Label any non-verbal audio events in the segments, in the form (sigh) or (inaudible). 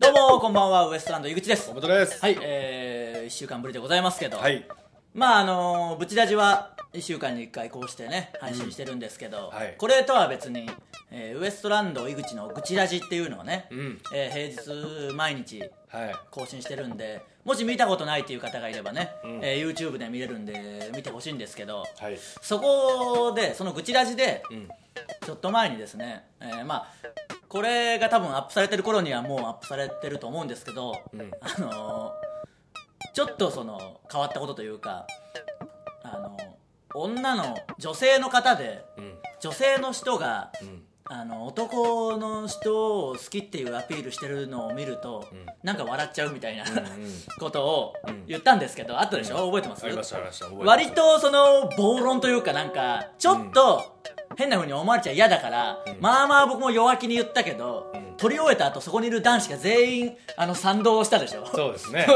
どうもこんばんはウエストランド井口ですおめでとうです。はいえー、1週間ぶりでございますけど、はい。まああのーブチラジは1週間に1回こうしてね配信してるんですけど、うんはいこれとは別に、えーウエストランド井口のブチラジっていうのをね、うんえー平日毎日はい。更新してるんでもし見たことないっていう方がいればね、んえー YouTube で見れるんで見てほしいんですけど、はい。そこでその愚痴ラジでんちょっと前にですね、えーまあこれが多分アップされてる頃にはもうアップされてると思うんですけど、んあのーちょっとその変わったことというかあの女の女性の方でうん。女性の人が、んあの男の人を好きっていうアピールしてるのを見ると、なんか笑っちゃうみたいな、 (laughs) ことを言ったんですけど、あったでしょ覚えてますありました、ありました。覚えてます割。とその暴論というかなんかちょっと変な風に思われちゃ嫌だから、まあまあ僕も弱気に言ったけど、取り終えた後そこにいる男子が全員あの賛同したでしょそうで (laughs) すね。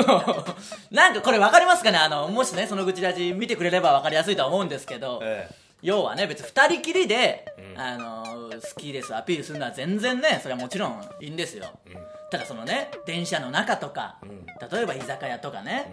なんかこれ分かりますかねあのもしねその口立ち見てくれれば分かりやすいとは思うんですけど、え要はね別に2人きりで、うんあのー好きですアピールするのは全然ねそれはもちろんいいんですよ、んただそのね電車の中とか、ん例えば居酒屋とかね、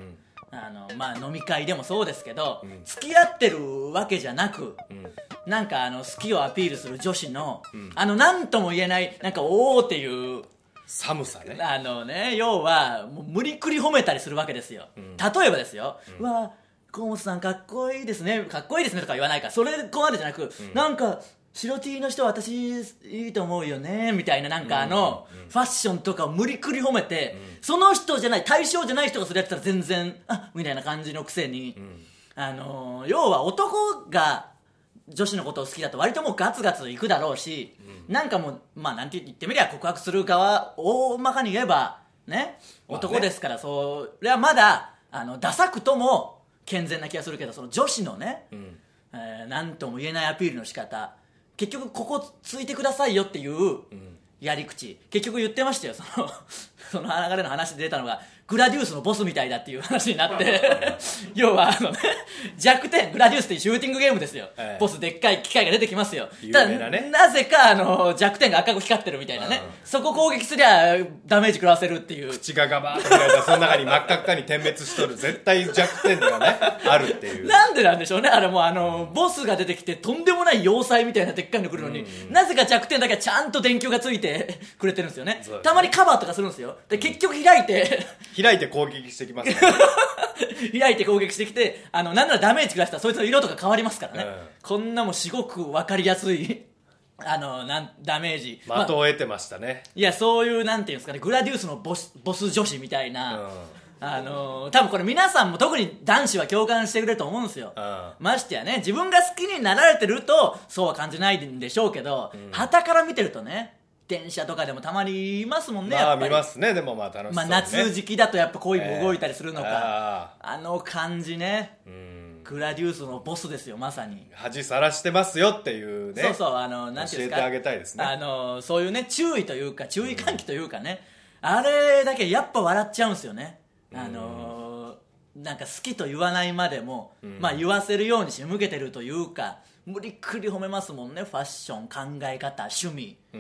んあのまあ飲み会でもそうですけど、ん付き合ってるわけじゃなく、え。うん。なんかあの好きをアピールする女子の、んあの何とも言えないなんかおおっていう寒さね。あのね要はもう無理くり褒めたりするわけですよ、例えばですよ、うわ河本さんかっこいいですねかっこいいですねとか言わないからそれこまでじゃなく、なんか白 T の人は私いいと思うよねみたいななんかあの、ファッションとかを無理くり褒めて、その人じゃない対象じゃない人がそれやってたら全然あみたいな感じのくせに、あの要は男が女子のことを好きだと割ともうガツガツいくだろうし、なんかもうまあなんて言ってみりゃ告白する側大まかに言えばねまあね男ですからそれはまだあのダサくとも健全な気がするけどその女子のね、んえーなんとも言えないアピールの仕方結局ここついてくださいよっていうやり口、結局言ってましたよその (laughs) その流れの話で出たのがグラデュースのボスみたいだっていう (laughs) 話になって要はあの、ね、弱点グラデュースっていうシューティングゲームですよ、ええボスでっかい機械が出てきますよ有た名だなねなぜかあの弱点が赤く光ってるみたいなね、そこ攻撃すりゃダメージ食らわせるっていう口がガバーッと開いたらその中に真っ赤っかに点滅しとる絶対弱点 (laughs) がねあるっていうなんでなんでしょうねあれもうあの、ボスが出てきてとんでもない要塞みたいなでっかいの来るのに、なぜか弱点だけはちゃんと電球がついて (laughs) くれてるんですよねそうですねたまにカバーとかするんですよで結局開いて (laughs) 開いて攻撃してきますね開いて攻撃してきてあのなんならダメージ食らしたらそいつの色とか変わりますからね、うんこんなもんすごく分かりやすいあのなんダメージ、的を得てましたね、いやそういうなんていうんですかねグラデュースのボスボス女子みたいな、うんあのー多分これ皆さんも特に男子は共感してくれると思うんですよ、うましてやね自分が好きになられてるとそうは感じないんでしょうけど旗、から見てるとね電車とかでもたまにいますもんねまやあっぱ見りますねでもまあ楽しまあ、そうにね夏時期だとやっぱ恋も動いたりするのえか、えああの感じねあうんグラデュースのボスですよまさに、恥さらしてますよっていうねそうそうあのなんていうんですか教えてあげたいですねあのそういうね注意というか注意喚起というかね、あれだけやっぱ笑っちゃうんですよねあの、なんか好きと言わないまでも、まあ言わせるように仕向けてるというか無理くり褒めますもんねファッション考え方趣味う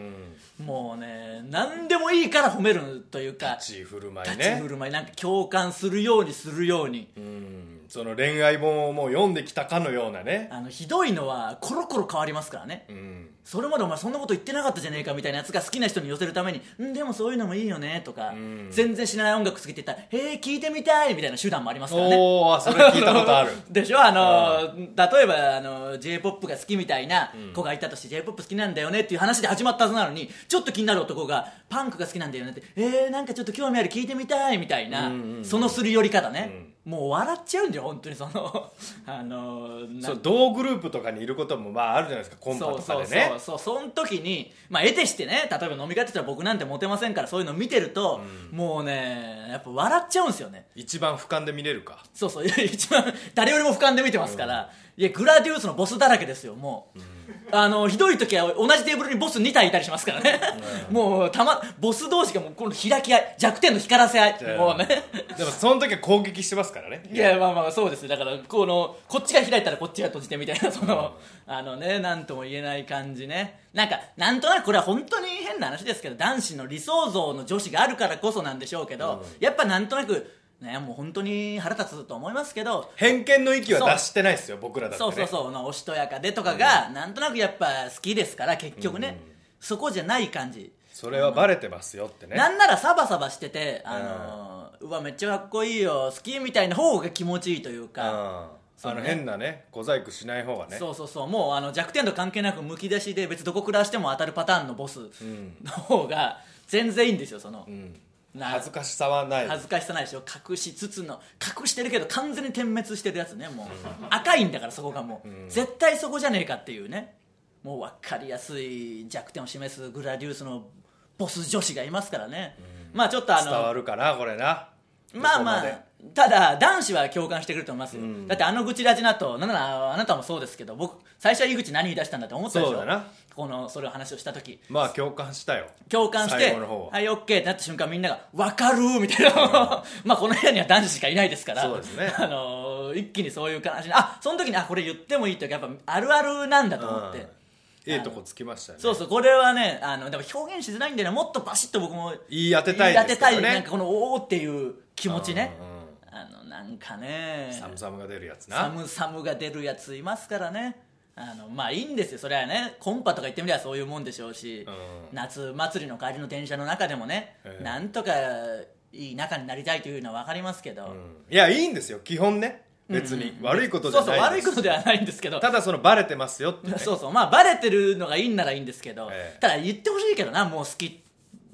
んもうね何でもいいから褒めるというか立ち居振る舞い立ねち振る舞いなんか共感するようにするように、うんその恋愛本をもう読んできたかのようなねあのひどいのはコロコロ変わりますからね、うんそれまでお前そんなこと言ってなかったじゃねえかみたいなやつが好きな人に寄せるために「んでもそういうのもいいよね」とか、ん全然知らない音楽好きって言ったら「へえ聞いてみたい」みたいな手段もありますからねおおそれ聞いたことあ (laughs) るでしょあのー例えばあの j p o p が好きみたいな子がいたとして j p o p 好きなんだよねっていう話で始まったはずなのにちょっと気になる男がパンクが好きなんだよねってえー、なんかちょっと興味ある聞いてみたいみたいな、そのすり寄り方ね、もう笑っちゃうんだよ本当にその (laughs) あのーなそう同グループとかにいることもまああるじゃないですかコンパとかでそうそうねそうそうその時に、まあ、得てしてね例えば飲み会って言ったら僕なんてモテませんからそういうの見てると、もうねやっぱ笑っちゃうんですよね一番俯瞰で見れるかそうそう一番誰よりも俯瞰で見てますから、いやグラディウスのボスだらけですよもう、あのひどい時は同じテーブルにボス2体いたりしますからね、もうたまボス同士がもうこの開き合い弱点の光らせ合い、もうねでもその時は攻撃してますからねいやまあまあそうですだからこのこっちが開いたらこっちが閉じてみたいなその、あのね何とも言えない感じねなんかなんとなくこれは本当に変変な話ですけど男子の理想像の女子があるからこそなんでしょうけど、やっぱなんとなく、ね、もう本当に腹立つと思いますけど偏見の域は出してないですよ僕らだって、そね、うそうそうのおしとやかでとかが、なんとなくやっぱ好きですから結局ね、そこじゃない感じそれはバレてますよってねなんならサバサバしてて、あのーうわめっちゃかっこいいよ好きみたいな方が気持ちいいといううんか、そうあねの変なね小細工しない方がねそうそうそうもうあの弱点と関係なくむき出しで別にどこ暮らしても当たるパターンのボスの方が全然いいんですよその、んな恥ずかしさはない恥ずかしさないでしょ隠しつつの隠してるけど完全に点滅してるやつねもう赤いんだからそこがもう、絶対そこじゃねえかっていうねもう分かりやすい弱点を示すグラディウスのボス女子がいますからね、まあちょっとあの伝わるかなこれなまあまどこあただ男子は共感してくれると思いますよ、だってあの愚痴ラジナとなんならあなたもそうですけど僕最初は井口何言い出したんだって思ったでしょそうだなこのそれを話をした時までまあ共感したよ共感して最後の方は、はい OK ってなった瞬間みんなが分かるーみたいな (laughs) まあこの部屋には男子しかいないですからそうですねあのー一気にそういう話にあその時にあこれ言ってもいいというかやっぱあるあるなんだと思って、うんええとこつきましたねそうそうこれはねあのでも表現しづらいんだよねもっとバシッと僕も言い当てたいです言い当けどねてたいなんかこのおおっていう気持ちねうんうんあのなんかねサムサムが出るやつサなムサムが出るやついますからねあのまあいいんですよそれはねコンパとか言ってみればそういうもんでしょうし、うん夏祭りの帰りの電車の中でもね、ええなんとかいい仲になりたいというのは分かりますけど、うんいやいいんですよ基本ね別に悪いことじそゃうそうない悪でいすことではないんですけどただそのバレてますよってね (laughs) そうそうまあバレてるのがいいんならいいんですけど、ええただ言ってほしいけどなもう好き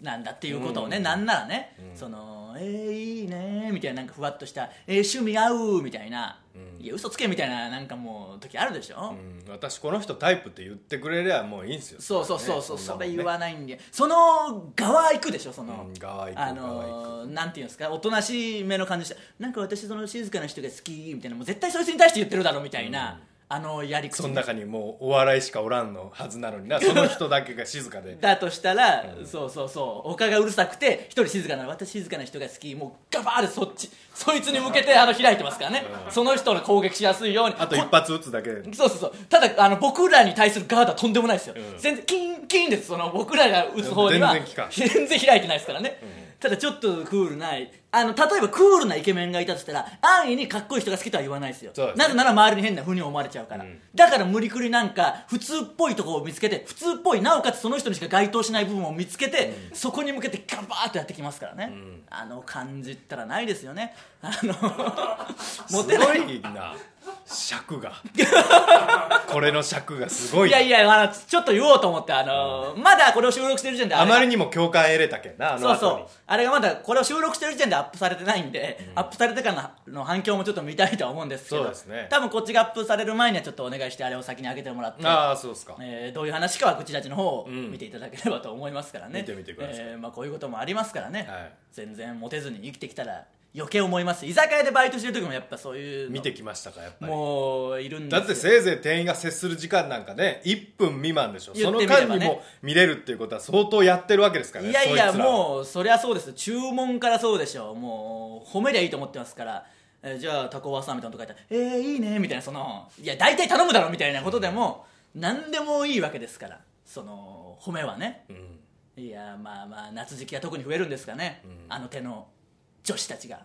なんだっていうことをね、なんならね、そのえー、いいねみたいななんかふわっとした、えー趣味合うみたいな、いや嘘つけみたいななんかもう時あるでしょ、うん私この人タイプって言ってくれりゃもういいんですよそうそうそうそう、ねそんなれもんね言わないんでその側行くでしょその、うん側行くあのー、なんていうんですかおとなしい目の感じしてなんか私その静かな人が好きみたいなもう絶対そいつに対して言ってるだろみたいな、あのやり口その中にもうお笑いしかおらんのはずなのになその人だけが静か (laughs) でだとしたら、そうそうそう他がうるさくて一人静かな私静かな人が好きもうガバーでそっちそいつに向けてあの開いてますからね、その人の攻撃しやすいようにあとこ一発打つだけでそうそうそうただあの僕らに対するガードはとんでもないですよ、全然キンキンですその僕らが打つ方には全然効かん全然開いてないですからね、ただちょっとクールないあの例えばクールなイケメンがいたとしたら安易にかっこいい人が好きとは言わないですよそうですねなぜなら周りに変な風に思われちゃうから、だから無理くりなんか普通っぽいところを見つけて普通っぽいなおかつその人にしか該当しない部分を見つけて、そこに向けてガバーッとやってきますからね、あの感じったらないですよねあ (laughs) のモテすなごいいな尺が (laughs) これの尺がすごいいやいや、あの、ちょっと言おうと思って、あの、まだこれを収録してる時点で、あまりに。にも共感得れたけんなあのそう後そにう。あれがまだ、これを収録してる時点でアップされてないんで、アップされてからのの反響もちょっと見たいとは思うんですけど、そうですね多分こっちがアップされる前にはちょっとお願いして、あれを先に上げてもらって、ああそうですかえーどういう話かは、こちらちの方を見ていただければと思いますからね。見てみてくださいえーまあ、こういうこともありますからね。はい全然モテずに生きてきたら、余計思います。居酒屋でバイトしてる時もやっぱそういうの見てきましたかやっぱりもう、いるんですだよってせいぜい店員が接する時間なんかね1分未満でしょ、言そっのてみればね間にも見れるっていうことは相当やってるわけですからねいやいやそつらはもうそりゃそうです注文からそうでしょもう褒めりゃいいと思ってますから、えーじゃあタコワサみたいなのとか言ったら「えー、いいね」みたいなそのいや大体頼むだろみたいなことでも、何でもいいわけですからその褒めはね、いやまあまあ夏時期は特に増えるんですかね、あの手の女子たちが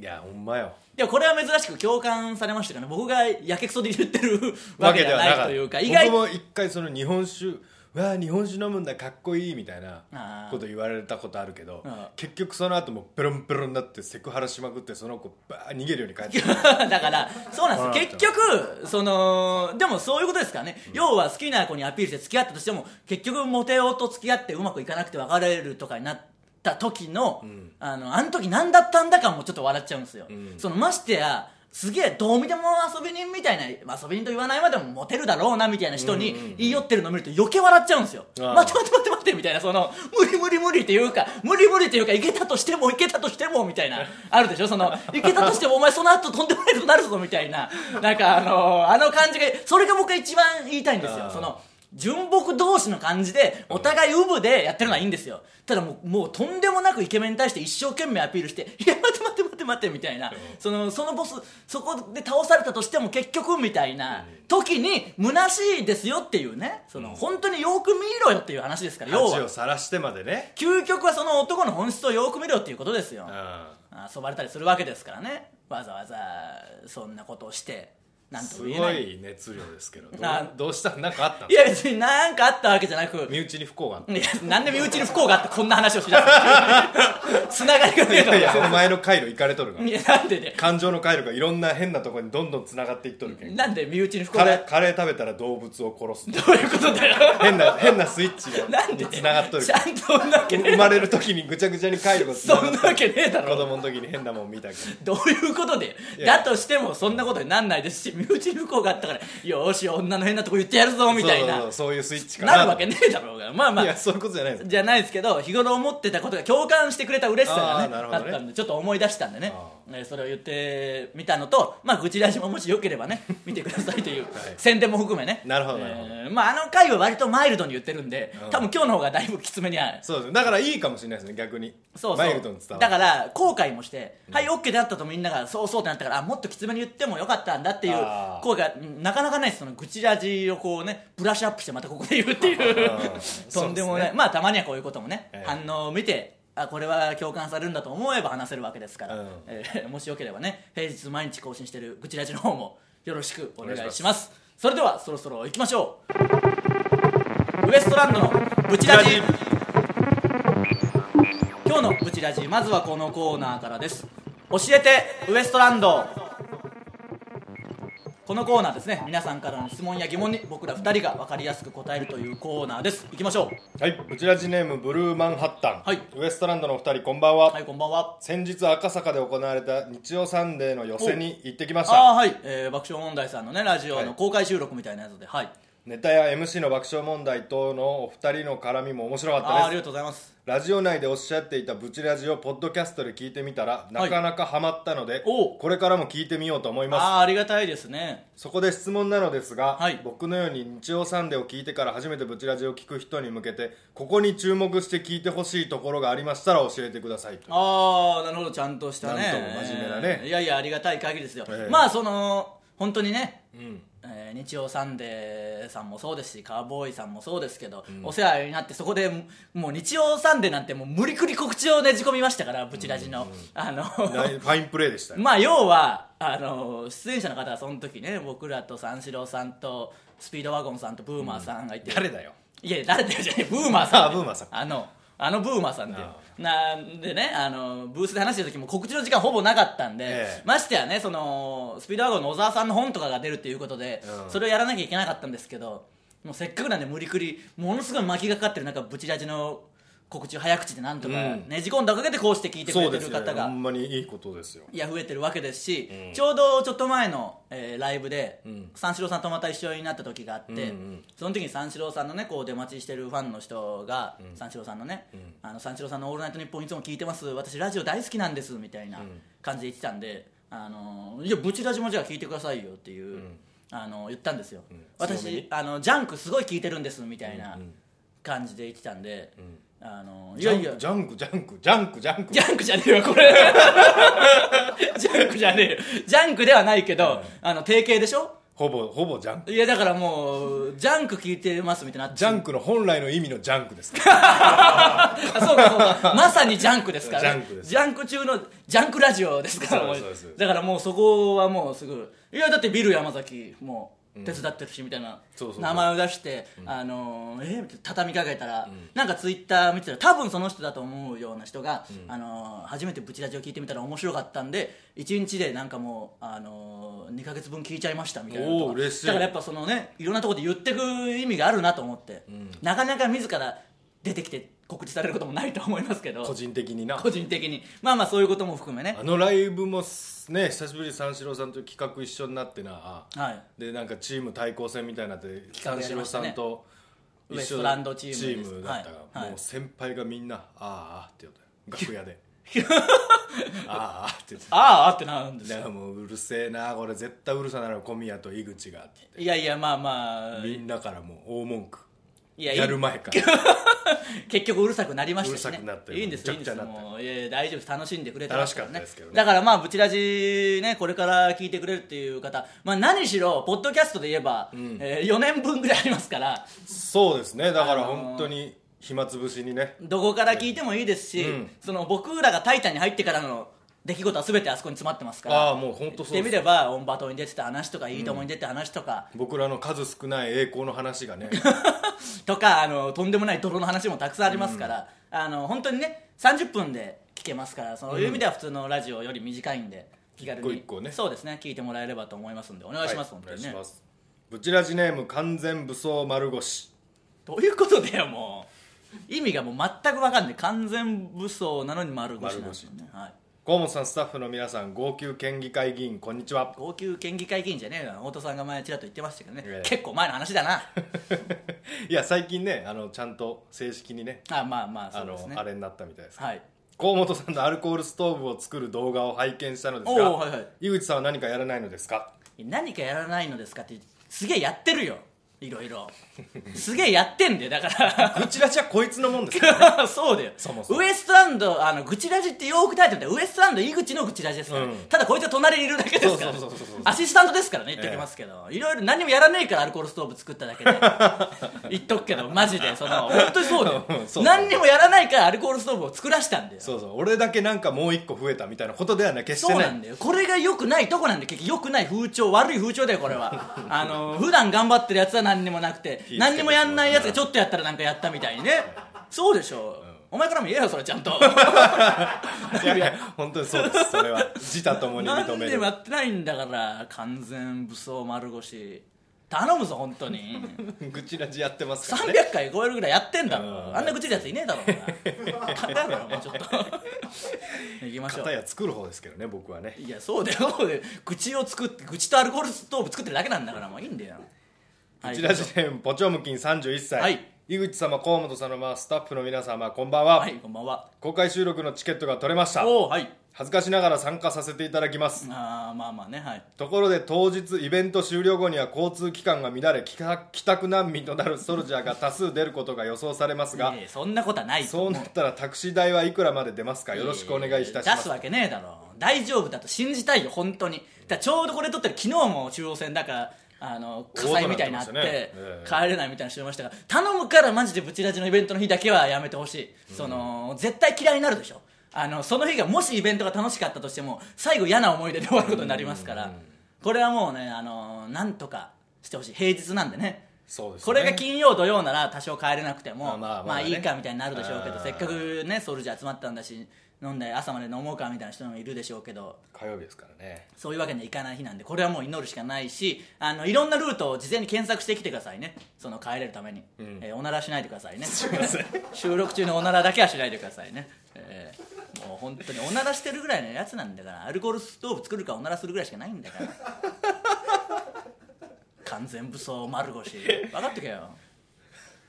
いやほんまよでもこれは珍しく共感されましたからね僕がやけくそで言ってるわけではないというか意外と僕も一回その日本酒うわあ日本酒飲むんだかっこいいみたいあなーこと言われたことあるけどうん結局その後もペロンペロンになってセクハラしまくってその子バー逃げるように帰ってだからそうなんです結局そのでもそういうことですからね、要は好きな子にアピールして付き合ったとしても結局モテ男と付き合ってうまくいかなくて別れるとかになった時の、あのあの時何だったんだかもちょっと笑っちゃうんですよ、そのましてやすげえどう見ても遊び人みたいなまあ遊び人と言わないまでもモテるだろうなみたいな人に言い寄ってるのを見ると余計笑っちゃうんですよああ待って待って待って待ってみたいなその無理無理無理っていうか無理無理っていうかいけたとしてもいけたとしてもみたいなあるでしょそのいけたとしてもお前その後とんでもないことになるぞみたいななんかあのあの感じがそれが僕が一番言いたいんですあよーその純朴同士の感じでお互いウブでやってるのはいいんですよただもうもうとんでもなくイケメンに対して一生懸命アピールしていや待って待って待って待ってみたいな、そのそのボスそこで倒されたとしても結局みたいな時に虚しいですよっていうねその、本当によく見ろよっていう話ですから要恥をは晒してまでね、究極はその男の本質をよく見ろっていうことですよ、うん、遊ばれたりするわけですからねわざわざそんなことをしてなんとすも言えなごいい熱量ですけどどなうどうしたなんかあったのいや別になんかあったわけじゃなく身内に不幸があったいやなんで身内に不幸があってこんな話をしだすつ (laughs) ながりがねえいやいやかその前の回路行かれとるかららいやなんでね感情の回路がいろんな変なとこにどんどんつながっていっとるけんなんで身内に不幸カレがーカレー食べたら動物を殺すどういうことだよ (laughs) 変な変なスイッチがなんでつながっとるちゃんとそんなわけね生まれる時にぐちゃぐちゃに回路がえつなそがんっなとわるけねえだ子ろ供の時に変なもん見たけどどういうことでいやだとしてもそんなことになんないですし身内に不幸があったからよーし女の変なとこ言ってやるぞみたいそうそなうそういうスイッチかななるわけねえだろうがまあまいあやそういうことじゃないですじゃないですけど日頃思ってたことが共感してくれた嬉しさがあーねなるほあどっねたんでちょっと思い出したんでねあえーそれを言ってみたのとまあ愚痴ラジももしよければ (laughs) ね見てくださいという宣伝も含めねなるほどなるほどえーまああの回は割とマイルドに言ってるんでうん多分今日の方がだいぶきつめにあるそうですだからいいかもしれないですね逆にそうそマイルドに伝わうるだから後悔もしてはい OK だったとみんながそうそうってなったからあもっときつめに言ってもよかったんだっていうあー声がうんなかなかないですその愚痴ラジをこうねブラッシュアップしてまたここで言うっていう (laughs) うんとんでもない、そうですねまあたまにはこういうこともね、ええ反応を見てあこれは共感されるんだと思えば話せるわけですから、うんえ (laughs) ーもしよければね平日毎日更新してる「ぐちラジ」の方もよろしくお願いしお願まいすしそれではそろそろ行きましょうウエストランドの「ブチラジ」今日の「ブチラジ」まずはこのコーナーからです教えてウエストランドこのコーナーですね皆さんからの質問や疑問に僕ら2人が分かりやすく答えるというコーナーです行きましょうはいブチラジネームブルーマンハッタン、はいウエストランドのお二人こんばんは、はいこんばんは先日赤坂で行われた日曜サンデーの寄せに行ってきましたああーはい、えー爆笑問題さんのねラジオの公開収録みたいなやつではい、ネタや MC の爆笑問題等のお二人の絡みも面白かあーったありでがすとうございますラジオ内でおっしゃっていたブチラジをポッドキャストで聞いてみたらはないかなかハマったので、おうこれからも聞いてみようと思いますああーありがたいですねそこで質問なのですが、はい僕のように日曜サンデーを聞いてから初めてブチラジを聞く人に向けてここに注目して聞いてほしいところがありましたら教えてくださいとああなるほどちゃんとしたねなんとも真面目なねえーいやいやありがたい限りですよ、ええまあその本当にね、んえー日曜サンデーさんもそうですしカウボーイさんもそうですけど、お世話になってそこでもう日曜サンデーなんてもう無理くり告知をねじ込みましたからブチラジの、あのナイファインプレー (laughs) でしたよまあ要はあの出演者の方はその時ね僕らと三四郎さんとスピードワゴンさんとブーマーさんがいて、誰だよいや誰だよじゃないブーマーさんあブーマーさんあのあのブーマーさんってあなんでねあのブースで話してる時も告知の時間ほぼなかったんで、ええましてやねそのスピードワゴンの小沢さんの本とかが出るっていうことで、うんそれをやらなきゃいけなかったんですけどもうせっかくなんで無理くりものすごい巻きがかかってる中ブチラジの告知を早口でなんとかうんねじ込んだおかげでこうして聞いてくそれうてでるすよ方ほがんまにいいことですよいや増えてるわけですし、ちょうどちょっと前の、えーライブで、ん三四郎さんとまた一緒になった時があって、うんうんその時に三四郎さんのねこう出待ちしてるファンの人が、三四郎さんのね、あの三四郎さんの「オールナイトニッポン」いつも聞いてます私ラジオ大好きなんですみたいな感じで言ってたんで「あのいやブチラジもじゃあ聞いてくださいよ」っていう、あの言ったんですよ、強め私にあのジャンクすごい聞いてるんですみたいな感じで言ってたんで、あのいやいやジャンクジャンクジャンクジャンクジャンクじゃねえよ、これ。 (laughs) ジャンクじゃねえよ。ジャンクではないけど、あの、定型でしょほぼほぼジャンクいや、だからもう、ジャンク聞いてますみたいになって。ジャンクの本来の意味のジャンクです (laughs) あ、そうかそう (laughs) か。まさにジャンクですから、ジャンクですジャンク中の、ジャンクラジオですから、もそうですそうですだからもうそこはもうすぐ、いや、だってビル山崎、もう、手伝ってるし、みたいなそうそう。そう名前を出して、あのー、えー、畳みかけたら、なんかツイッター見てたら、多分その人だと思うような人が、あのー、初めてブチラジオ聞いてみたら面白かったんで、1日でなんかもう、あのー、2ヶ月分聞いちゃいました、みたいなのとか。おー嬉しいだからやっぱそのね、いろんなところで言ってく意味があるなと思って、なかなか自ら出てきて告知されることもないと思いますけど、個人的にな個人的にまあまあそういうことも含めねあのライブもすね久しぶりに三四郎さんと企画一緒になってなはいでなんかチーム対抗戦みたいになって画や三り四ま郎したさねんとウエ一ス緒トランドチームチですームだったから、はいはいもう先輩がみんな「あーあ」って言うたよ楽屋で「あーあ」って言ってあああってなるんですたよなんかもううるせえなこれ絶対うるさなのよ小宮と井口がっていやいやまあまあみんなからもう大文句いやいいやる前から (laughs) 結局うるさくなりましたしねうるさくなっていいんですいいんですむちゃくちゃなったもういやいや大丈夫です楽しんでくれてます楽しかったですけどねだからまあブチラジねこれから聞いてくれるっていう方、まあ、何しろポッドキャストで言えば、え4年分ぐらいありますからそうですねだから本当に暇つぶしにねどこから聞いてもいいですし、うんその僕らが「タイタン」に入ってからの出来事は全てあそこに詰まってますからああもう本当そう言ってみでれすばオンバトに出てた話とかいいともに出てた話とか、僕らの数少ない栄光の話がねとかあのとんでもない泥の話もたくさんありますから、あの本当にね30分で聞けますからそういう意味では普通のラジオより短いんで気軽に一個一個ねそうですね聞いてもらえればと思いますんで (laughs) お願いします、はい本当におね願いしますブチラジネーム完全武装丸腰ということでよもう意味がもう全く分かんない完全武装なのに丸腰なんですよね、はい、河本さんスタッフの皆さん号泣県議会議員こんに (laughs) ちは高級県議会議員じゃねえよ太田さんが前ちらっと言ってましたけどね、ええ結構前の話だ (laughs) ないや最近ねあのちゃんと正式にねあまあまあそあうのですねあれになったみたいですはい河本さんのアルコールストーブを作る動画を拝見したのですが、おうはいはい井口さんは何かやらないのですか何かやらないのですかってすげえやってるよいろい (laughs) ろすげえやってんだよだから (laughs) ブチラジはこいつのもんですかそうだよそもそもウエストランドあの愚痴ラジってよくタイトルでウエストランド井口の愚痴ラジですから、うんただこいつは隣にいるだけですからそうそうそうそうそうアシスタントですからね言っておきますけど、いろいろ何もやらねえからアルコールストーブ作っただけ (laughs) で言っとくけどマジでその本当にそうだようん (laughs) そう何にもやらないからアルコールストーブを作らしたんだよ (laughs) そうそう俺だけなんかもう一個増えたみたいなことではない決しそてうななんいだよこれが良くないとこなんで結局良くない風潮悪い風潮だよこれは (laughs) あの普段頑張ってるやつは何にもなくて気ぃつけて何にもやんないやつがちょっとやったらなんかやったみたいにねそうでしょお前からも言えよそれちゃんといやいや (laughs) 本当にそうですそれは自他ともに認何めでるもやってないんだから完全武装丸腰頼むぞ本当 (laughs) に愚痴ラジやってますからね300回超えるぐらいやってんだろうんあんな口でやついねえだろう (laughs) な簡単だろもうちょっと行きましょう片や作る方ですけどね僕はねいやそうだよ (laughs) そうだよ愚痴を作って愚痴とアルコールストーブ作ってるだけなんだからもういいんだよブチラジネームポチョムキン31歳、はい井口様河本様スタッフの皆様こんばんは、はいこんばんは公開収録のチケットが取れましたおおはい恥ずかしながら参加させていただきます、あーまあまあねはいところで当日イベント終了後には交通機関が乱れ帰宅帰宅難民となるソルジャーが多数出ることが予想されますが、いやいやそんなことはないそうなったらタクシー代はいくらまで出ますかよろしくお願いいたしま出すすわけねえだろ大丈夫だと信じたいよ本当にだからちょうどこれ撮ってる昨日も中央線だからあの火災みたいになって大事になってましたねええ帰れないみたいなしてましたが頼むからマジでブチラジのイベントの日だけはやめてほしい、その絶対嫌いになるでしょあのその日がもしイベントが楽しかったとしても最後嫌な思い出で終わることになりますから、これはもうねあのなんとかしてほしい平日なんでねそうですねこれが金曜土曜なら多少帰れなくてもあまあまあねまあいいかみたいになるでしょうけどあーせっかくねソルジャー集まったんだし飲んで朝まで飲もうかみたいな人もいるでしょうけど火曜日ですからねそういうわけにはいかない日なんでこれはもう祈るしかないしあのいろんなルートを事前に検索してきてくださいねその帰れるために、えーおならしないでくださ (laughs) いね収録中のおならだけはしないでくださいね、えーもう本当におならしてるぐらいのやつなんだからアルコールストーブ作るかおならするぐらいしかないんだから (laughs) 完全武装丸腰分かっとけよ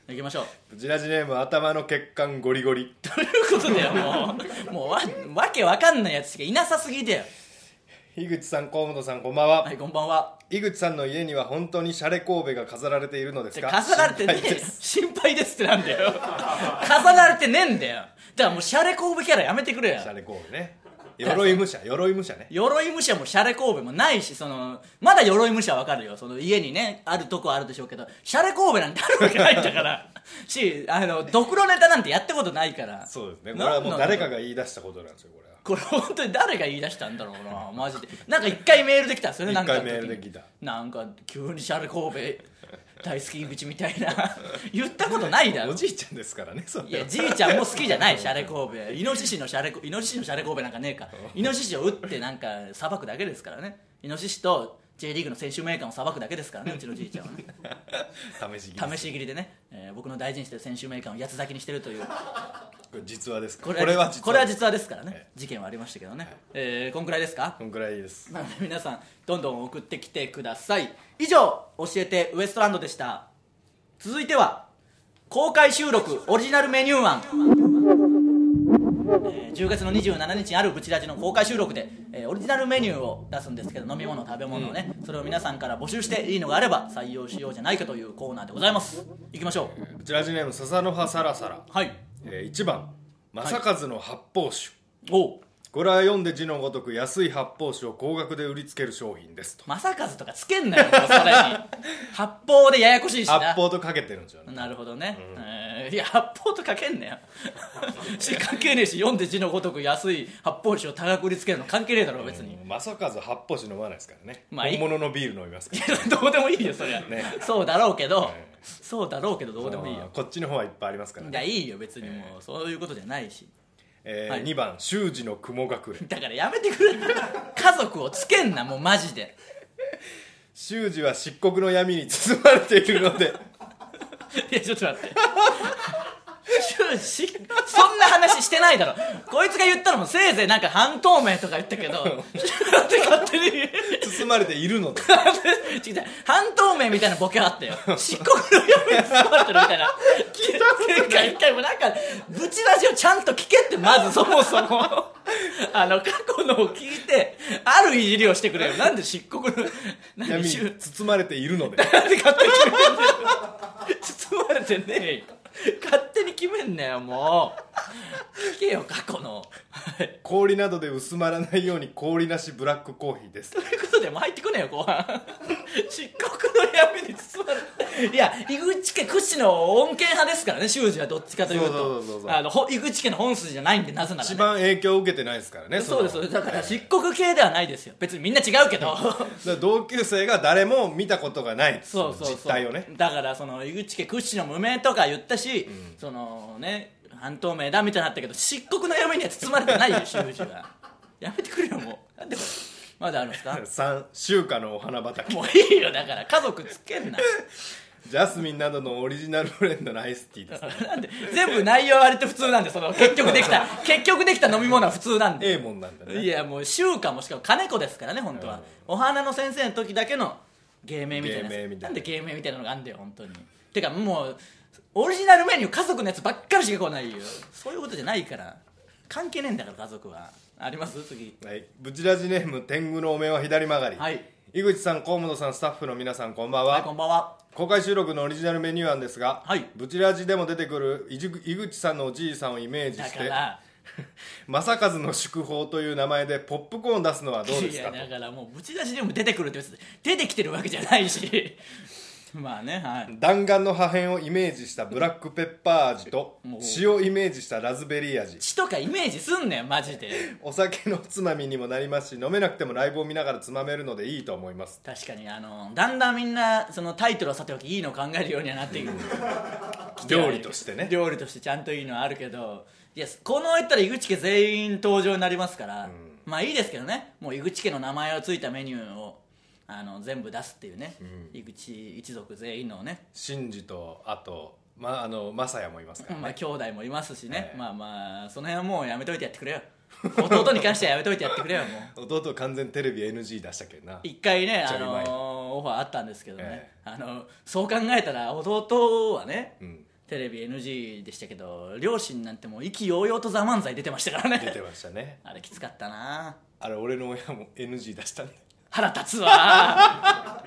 行きましょうブチラジネーム頭の血管ゴリゴリ (laughs) ということだよもうもうわわけわかんないやつしかいなさすぎだよ井口さん河本さんこんばんは、はいこんばんは井口さんの家には本当にシャレ神戸が飾られているのですじかゃあ重なれてね心配です心配ですってなんだよ (laughs) 重なれてねえんだよだからもうシャレ神戸キャラやめてくれよシャレ神戸ね鎧武者鎧武者ね鎧武者もシャレ神戸もないしそのまだ鎧武者はわかるよその家にねあるとこはあるでしょうけどシャレ神戸なんてあるわけないんだから (laughs) しあのドクロネタなんてやったことないからそうですねこれなんなはんもだう誰かが言い出したことなんですよこれはこれ本当に誰が言い出したんだろうな (laughs) マジでなんか一回メールできたそれなんかの時に一回メールできたなんか急にシャレ神戸大好き口みたいな (laughs) 言ったことないだろおじいちゃんですからねそいれやはじいちゃんも好きじゃないシャレ神戸イノシシのシャレイノシシのシャレ神戸なんかねえかイノシシを撃ってなんかさばくだけですからねイノシシと J リーグの選手名鑑をさばくだけですからねうちのじいちゃんはね試し着試し切りでね、えー僕の大事にしてる選手名鑑を八つ咲きにしてるというこれ実話ですかここれはれはこれは実話実話ですからね、え事件はありましたけどね、えーこんくらいですかこんくらいですなので (laughs) 皆さんどんどん送ってきてください以上教えてウエストランドでした続いては公開収録オリジナルメニュー案、ええー10月の27日にあるブチラジの公開収録で、えーオリジナルメニューを出すんですけど飲み物食べ物をね、それを皆さんから募集していいのがあれば採用しようじゃないかというコーナーでございますいきましょうブチラジネーム笹の葉サラサラ、はいえー1番正和の発泡酒、おうこれは読んで字のごとく安い発泡酒を高額で売りつける商品ですと正和とかつけんなよもうそれに発泡でややこしいしな発泡とかけてるんですよねなるほどね、えーいや発泡とかけんな (laughs) よし関係ねえし読んで字のごとく安い発泡酒を多額売りつけるの関係ねえだろ別に、 (laughs) 正和発泡酒飲まないですからね、まあいい本物のビール飲みますからどうでもいいよそりゃ、ねそうだろうけど、えそうだろうけどどうでもいいあよーこっちの方はいっぱいありますからいね、やいいよ別にもうそういうことじゃないしえーはい2番修二の雲隠れだからやめてくれ (laughs) 家族をつけんなもうマジで修二は漆黒の闇に包まれている (laughs) ので (laughs) いやちょっと待って (laughs) しそんな話してないだろこいつが言ったのもせいぜいなんか半透明とか言ったけ (laughs) どなんで勝手に包まれているので (laughs) 違う違う半透明みたいなボケあ (laughs) ったよ漆黒の闇に包まれてるみたいな聞いたことない一回もなんかブチラジをちゃんと聞けってまずそもそも (laughs) あの過去のを聞いてあるいじりをしてくれよなんで漆黒の闇何しゅに包まれているのでなんで勝手に決めんねよ (laughs) 包まれてねえよ勝手に決めんなよもう聞けよ過去のはい氷などで薄まらないように氷なしブラックコーヒーですということでもう入ってくねよ後半 (laughs) 漆黒の闇に包まれていや井口家屈指の穏健派ですからね修二はどっちかというそうそうそうとそうあのほ井口家の本筋じゃないんでなぜなら、一ね、番影響を受けてないですからねそうですそうのですだからはい漆黒系ではないですよ別にみんな違うけどだから同級生が誰も見たことがない (laughs) そうそうそう実態をねだからその井口家屈指の無名とか言ったし、そのね半透明だみたいになったけど漆黒の闇には包まれてないよ修二はやめてくれよもうなんでこれまだあるんです (laughs) か3週間のお花畑もういいよだから家族つけんなジャスミンなどのオリジナルブレンドのアイスティーですなんで全部内容割と普通なんでその結局でき (laughs) た結局できた飲み物は普通なんでええもんなんだね (laughs) いやもう週刊もしかも金子ですからね本当は、お花の先生の時だけの芸名みたいな芸名やつみたいななんで芸名みたいなのがあんだよ本当にてかもうオリジナルメニュー家族のやつばっかりしか来ないよそういうことじゃないから関係ねえんだから家族はあります次はい、ブチラジネーム天狗のお面は左曲がり、はい井口さん河本さんスタッフの皆さんこんばんは、はいこんばんは公開収録のオリジナルメニュー案ですが、はいブチラジでも出てくるいじ井口さんのおじいさんをイメージだしかてら正和の祝砲という名前でポップコーン出すのはどうでいすやかだからもうぶち出しでも出てくるって別に出てきてるわけじゃないし (laughs) まあねはい弾丸の破片をイメージしたブラックペッパー味と (laughs) もう血をイメージしたラズベリー味血とかイメージすんねんマジでお酒のおつまみにもなりますし飲めなくてもライブを見ながらつまめるのでいいと思います確かにあのだんだんみんなそのタイトルをさておきいいのを考えるようにはなっていく (laughs) 料理としてね (laughs) 料理としてちゃんといいのはあるけどいやこの言ったら井口家全員登場になりますから、まあいいですけどねもう井口家の名前をついたメニューをあの全部出すっていうね、井口一族全員のねシンジとあとまああのマサヤもいますからまあ兄弟もいますしね、ええまあまあその辺はもうやめといてやってくれよ弟に関してはやめといてやってくれよもう弟完全テレビ NG 出したけどな一回ね、ちあょい前にのーオファーあったんですけどね、えあのそう考えたら弟はね、んテレビ NG でしたけど両親なんてもう意気揚々と「ザ漫才出てましたから出ねてましたねあれきつかったなあれ俺の親も NG 出したね (laughs) 腹立つわ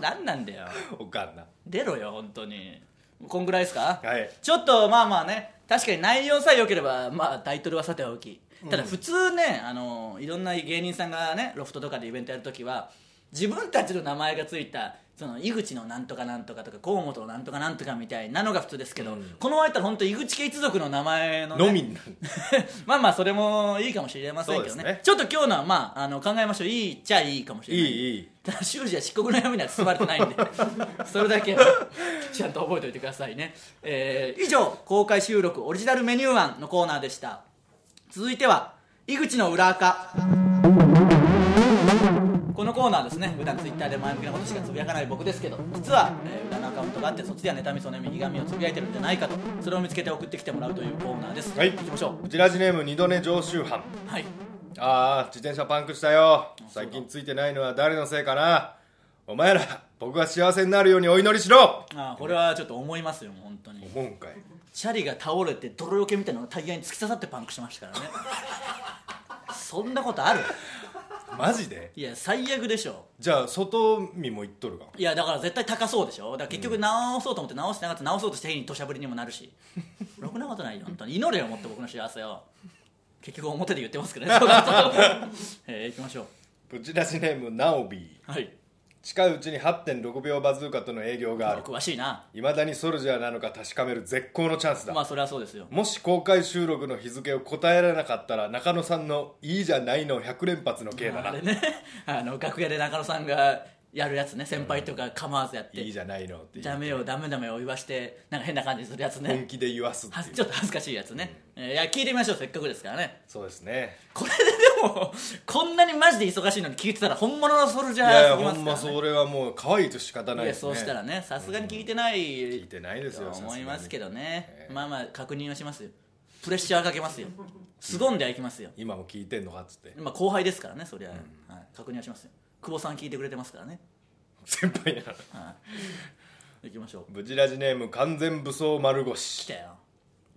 何なんだよおかんな出ろよ本当にこんぐらいですか、はいちょっとまあまあね確かに内容さえ良ければまあタイトルはさておきただ普通ね、あのいろんな芸人さんがねロフトとかでイベントやるときは自分たちの名前がついたその井口のなんとかなんとかとか河本のなんとかなんとかみたいなのが普通ですけど、この前やったら本当井口家一族の名前の、ね、のみになる (laughs) まあまあそれもいいかもしれませんけどそうでねすねちょっと今日のはまああの考えましょういいっちゃいいかもしれないいいいいただ修士は漆黒の闇には包まれてないん (laughs) でそれだけちゃんと覚えておいてくださいね、えー以上公開収録オリジナルメニュー案のコーナーでした続いては井口の裏垢このコーナーですね普段ツイッターで前向きなことしかつぶやかない僕ですけど実は、えー裏のアカウントがあってそっちでは妬みそねみ苦みをつぶやいてるんじゃないかとそれを見つけて送ってきてもらうというコーナーですはい行きましょうちラジネーム二度寝常習犯うはいああ自転車パンクしたよそうだ最近ついてないのは誰のせいかなお前ら僕が幸せになるようにお祈りしろあこれはちょっと思いますよもう本当に思うんかいチャリが倒れて泥よけみたいなのがタイヤに突き刺さってパンクしてましたからね (laughs) そんなことあるマジでいや最悪でしょじゃあ外見も行っとるかいやだから絶対高そうでしょだから結局直そうと思って直してなかったら直そうとして変に土砂降りにもなるしろくなことないよ本当に祈れよもっと僕の幸せを結局表で言ってますけどね (laughs) そうなるとえー、行きましょうブチラジネームナオビーはい近いうちに8.6秒バズーカとの営業がある詳しいないまだにソルジャーなのか確かめる絶好のチャンスだ、まあそれはそうですよもし公開収録の日付を答えられなかったら中野さんの「いいじゃないの」100連発の刑だあなれねあの楽屋で中野さんがやるやつね先輩とか構わずやっ「いいてじゃないの」っていうダメよダメダメを言わしてなんか変な感じするやつ本ね気で言わすってはいうちょっと恥ずかしいやつね、えーいや聞いてみましょうせっかくですからねそうです (laughs) ねこれででも (laughs) こんなにマジで忙しいのに聞いてたら本物のソルジいャやいーやすぎほますんかまら、ね、それはもう可愛いと仕方ないいでやすそねうしたらねさすがに聞いてない、聞いてないですとよ思いますけどえねえまあまあ確認はしますよプレッシャーかけますよ凄んではいきますよ今も聞いてんのかっつってまあ後輩ですからねそりゃ、はい、確認はしますよ久保さん聞いてくれてますからね先輩なはい行きましょうブチラジネーム完全武装丸来腰たよ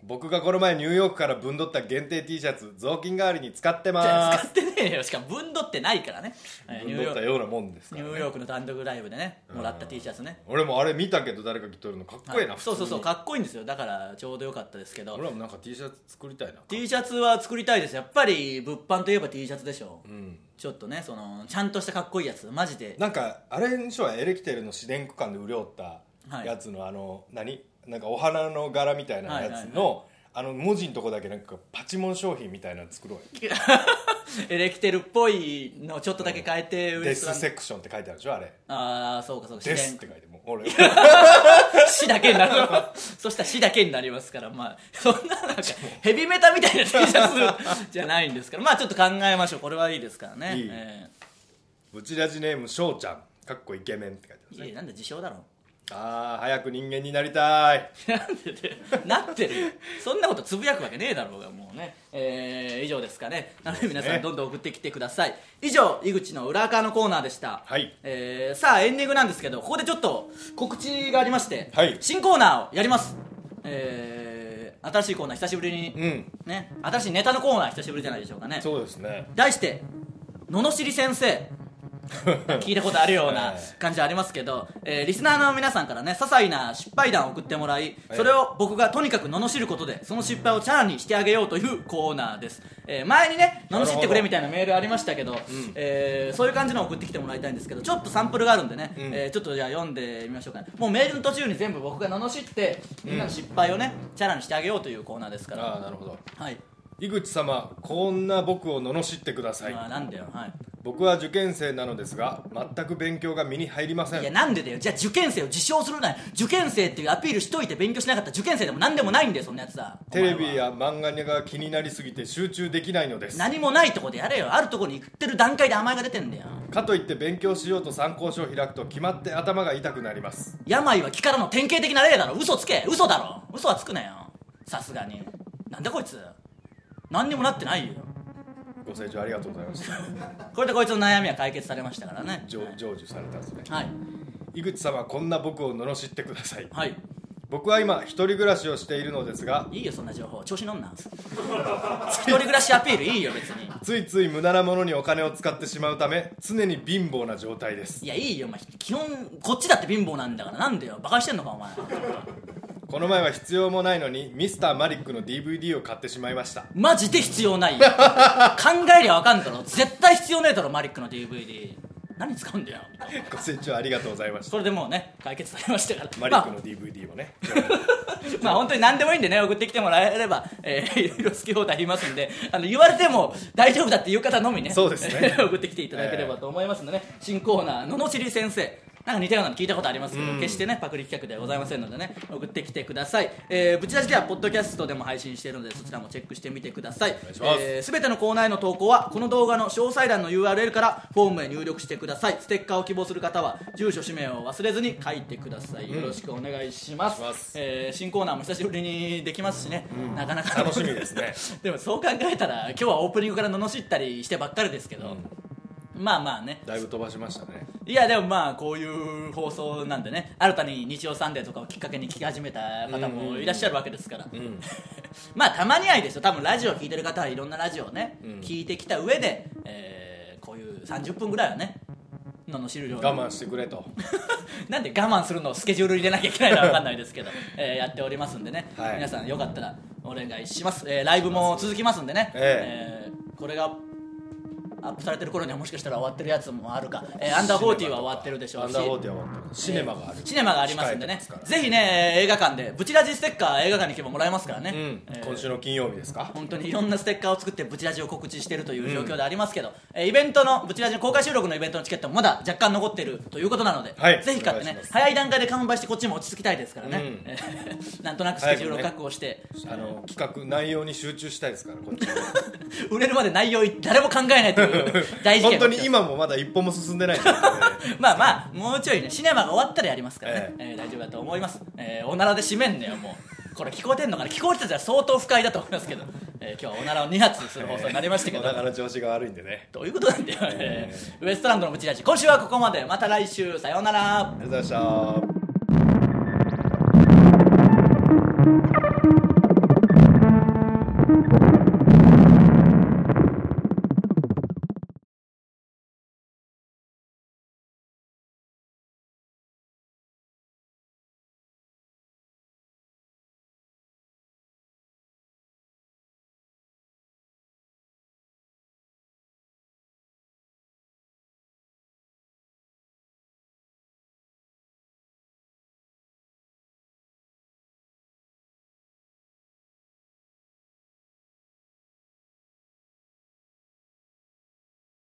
僕がこの前ニューヨークからぶんどった限定 T シャツ雑巾代わりに使ってまじゃあー使ってねえよしかも分取ってないからねはいすぶニュんーどヨっーたクようなもんですかニらねューヨークの単独ライブでねもらった T シャツね俺もあれ見たけど誰か着とるのかっこいいな、はいそうそうそう普通にかっこいいんですよだからちょうどよかったですけど俺らもなんか T シャツ作りたいな T シャツは作りたいですやっぱり物販といえば T シャツでしょうんちょっとねそのちゃんとしたかっこいいやつマジでなんかあれにしはエレキテルの自然区間で潤ったはいやつの、あの何なんかお花の柄みたいなやつの、はいはいあの文字のとこだけなんかパチモン商品みたいなの作ろうよエレキテルっぽいのちょっとだけ変えてウエデストラスンセクションって書いてあるでしょあれああそうかそうかデ自スっ然て書いてもう (laughs) 俺死だけになる (laughs) そしたら死だけになりますからまあそんななん (laughs) かヘビメタみたいな T シャツじゃないんですからまあちょっと考えましょうこれはいいですからねいいえブチラジネームしょうちゃんかっこイケメンって書いてあえるいやなんで自称だろあー早く人間になりたいなんでで (laughs) なってるよそんなことつぶやくわけねえだろうがもうね、えー以上ですかねなので皆さんどんどん送ってきてください以上井口の裏側のコーナーでしたはいえーさあエンディングなんですけどここでちょっと告知がありまして、はい新コーナーをやります、えー新しいコーナー久しぶりに、うんね、新しいネタのコーナー久しぶりじゃないでしょうかねそうですね題して「ののしり先生」 (laughs) 聞いたことあるようなえ感じはありますけど、えーリスナーの皆さんからね些細な失敗談を送ってもらいそれを僕がとにかく罵ることでその失敗をチャラにしてあげようというコーナーです、えー前にねなるほど罵ってくれみたいなメールありましたけど、えーそういう感じのを送ってきてもらいたいんですけどちょっとサンプルがあるんでね、んえーちょっとじゃあ読んでみましょうかねもうメールの途中に全部僕が罵ってみんなの失敗をね、チャラにしてあげようというコーナーですからああなるほどはい、井口様こんな僕を罵ってくださいまあなんだよはい僕は受験生なのですが全く勉強が身に入りませいやんなんでだよじゃあ受験生を自称するなよ受験生っていうアピールしといて勉強しなかったら受験生でも何でもないんだよそんなやつさテレビや漫画が気になりすぎて集中できないのです何もないとこでやれよあるとこに行ってる段階で甘えが出てんだよかといって勉強しようと参考書を開くと決まって頭が痛くなります病は気からの典型的な例だろ嘘つけ嘘だろ嘘はつくなよさすがになんだこいつ何にもなってないよご清聴ありがとうございましたこれでこいつの悩みは解決されましたからね成成就されたんですねはい井口様こんな僕を罵ってくださいはい僕は今一人暮らしをしているのですがいいよそんな情報調子乗んな一人暮らしアピールいいよ別についつい無駄なものにお金を使ってしまうため常に貧乏な状態ですいやいいよお前基本こっちだって貧乏なんだからなんだよバカしてんのかお前この前は必要もないのにミスターマリックの DVD を買ってしまいましたマジで必要 (laughs) ないよ考えりゃわかんだろ絶対必要ねえだろマリックの DVD 何使うんだよご清聴ありがとうございましたそれでもうね解決されましたからマリックの DVD をね、まあ、まあ本当に何でもいいんでね送ってきてもらえれば、えー、いろいろ好き放題言いますんであの言われても大丈夫だっていう方のみねそうですね (laughs) 送ってきていただければと思いますのでね、新コーナー「ののしり先生」なんか似たようなの聞いたことありますけど、決してねパクリ企画ではございませんのでね送ってきてください、えー、ぶち出しではポッドキャストでも配信しているのでそちらもチェックしてみてください願いしますえー、全てのコーナーへの投稿はこの動画の詳細欄の URL からフォームへ入力してくださいステッカーを希望する方は住所氏名を忘れずに書いてくださいよろしくお願いします,、お願いしますえー新コーナーも久しぶりにできますしね、なかなか楽し (laughs) みですねでもそう考えたら今日はオープニングから罵ったりしてばっかりですけど、まあまあねだいぶ飛ばしましたねいやでもまあこういう放送なんでね新たに日曜サンデーとかをきっかけに聞き始めた方もいらっしゃるわけですから、ん (laughs) まあたまにはいいですよ多分ラジオ聞いてる方はいろんなラジオをね、聞いてきた上で、えーこういう30分ぐらいはね罵るように我慢してくれとなんで我慢するのをスケジュール入れなきゃいけないのは分かんないですけ (laughs) ど、えーやっておりますんでね、はい皆さんよかったらお願いします、えーライブも続きますんでね、ええーこれがアップされてる頃にはもしかしたら終わってるやつもあるか、えーアンダーフォーティーは終わってるでしょアうンしダーフォーティーは終わってるシネマがある、シネマがありますんでね控えてますからぜひね映画館でブチラジステッカー映画館に行けばもらえますからね、うんえー今週の金曜日ですか本当にいろんなステッカーを作ってブチラジを告知しているという状況でありますけど、えーイベントのブチラジの公開収録のイベントのチケットもまだ若干残っているということなので、はいぜひ買っておね願いします早い段階で完売してこっちも落ち着きたいですからね、うんえーなんとなくスケジュールを確保して、あの企画内容に集中したいですからこっちは売れるまで内容誰も考えないという (laughs) 大事本件当に今もまだ一歩も進んでないんですけどねまあまあもうちょいねシネマが終わったらやりますからね、ええー大丈夫だと思います、えーおならで締めんねよもうこれ聞こえてんのかな聞こえてたら相当不快だと思いますけど、えー今日はおならを2発する (laughs) 放送になりましたけど、 (laughs) お腹の調子が悪いんでねどういうことなんだよ、えーウエストランドのブチラジ今週はここまでまた来週さようならありがとうございました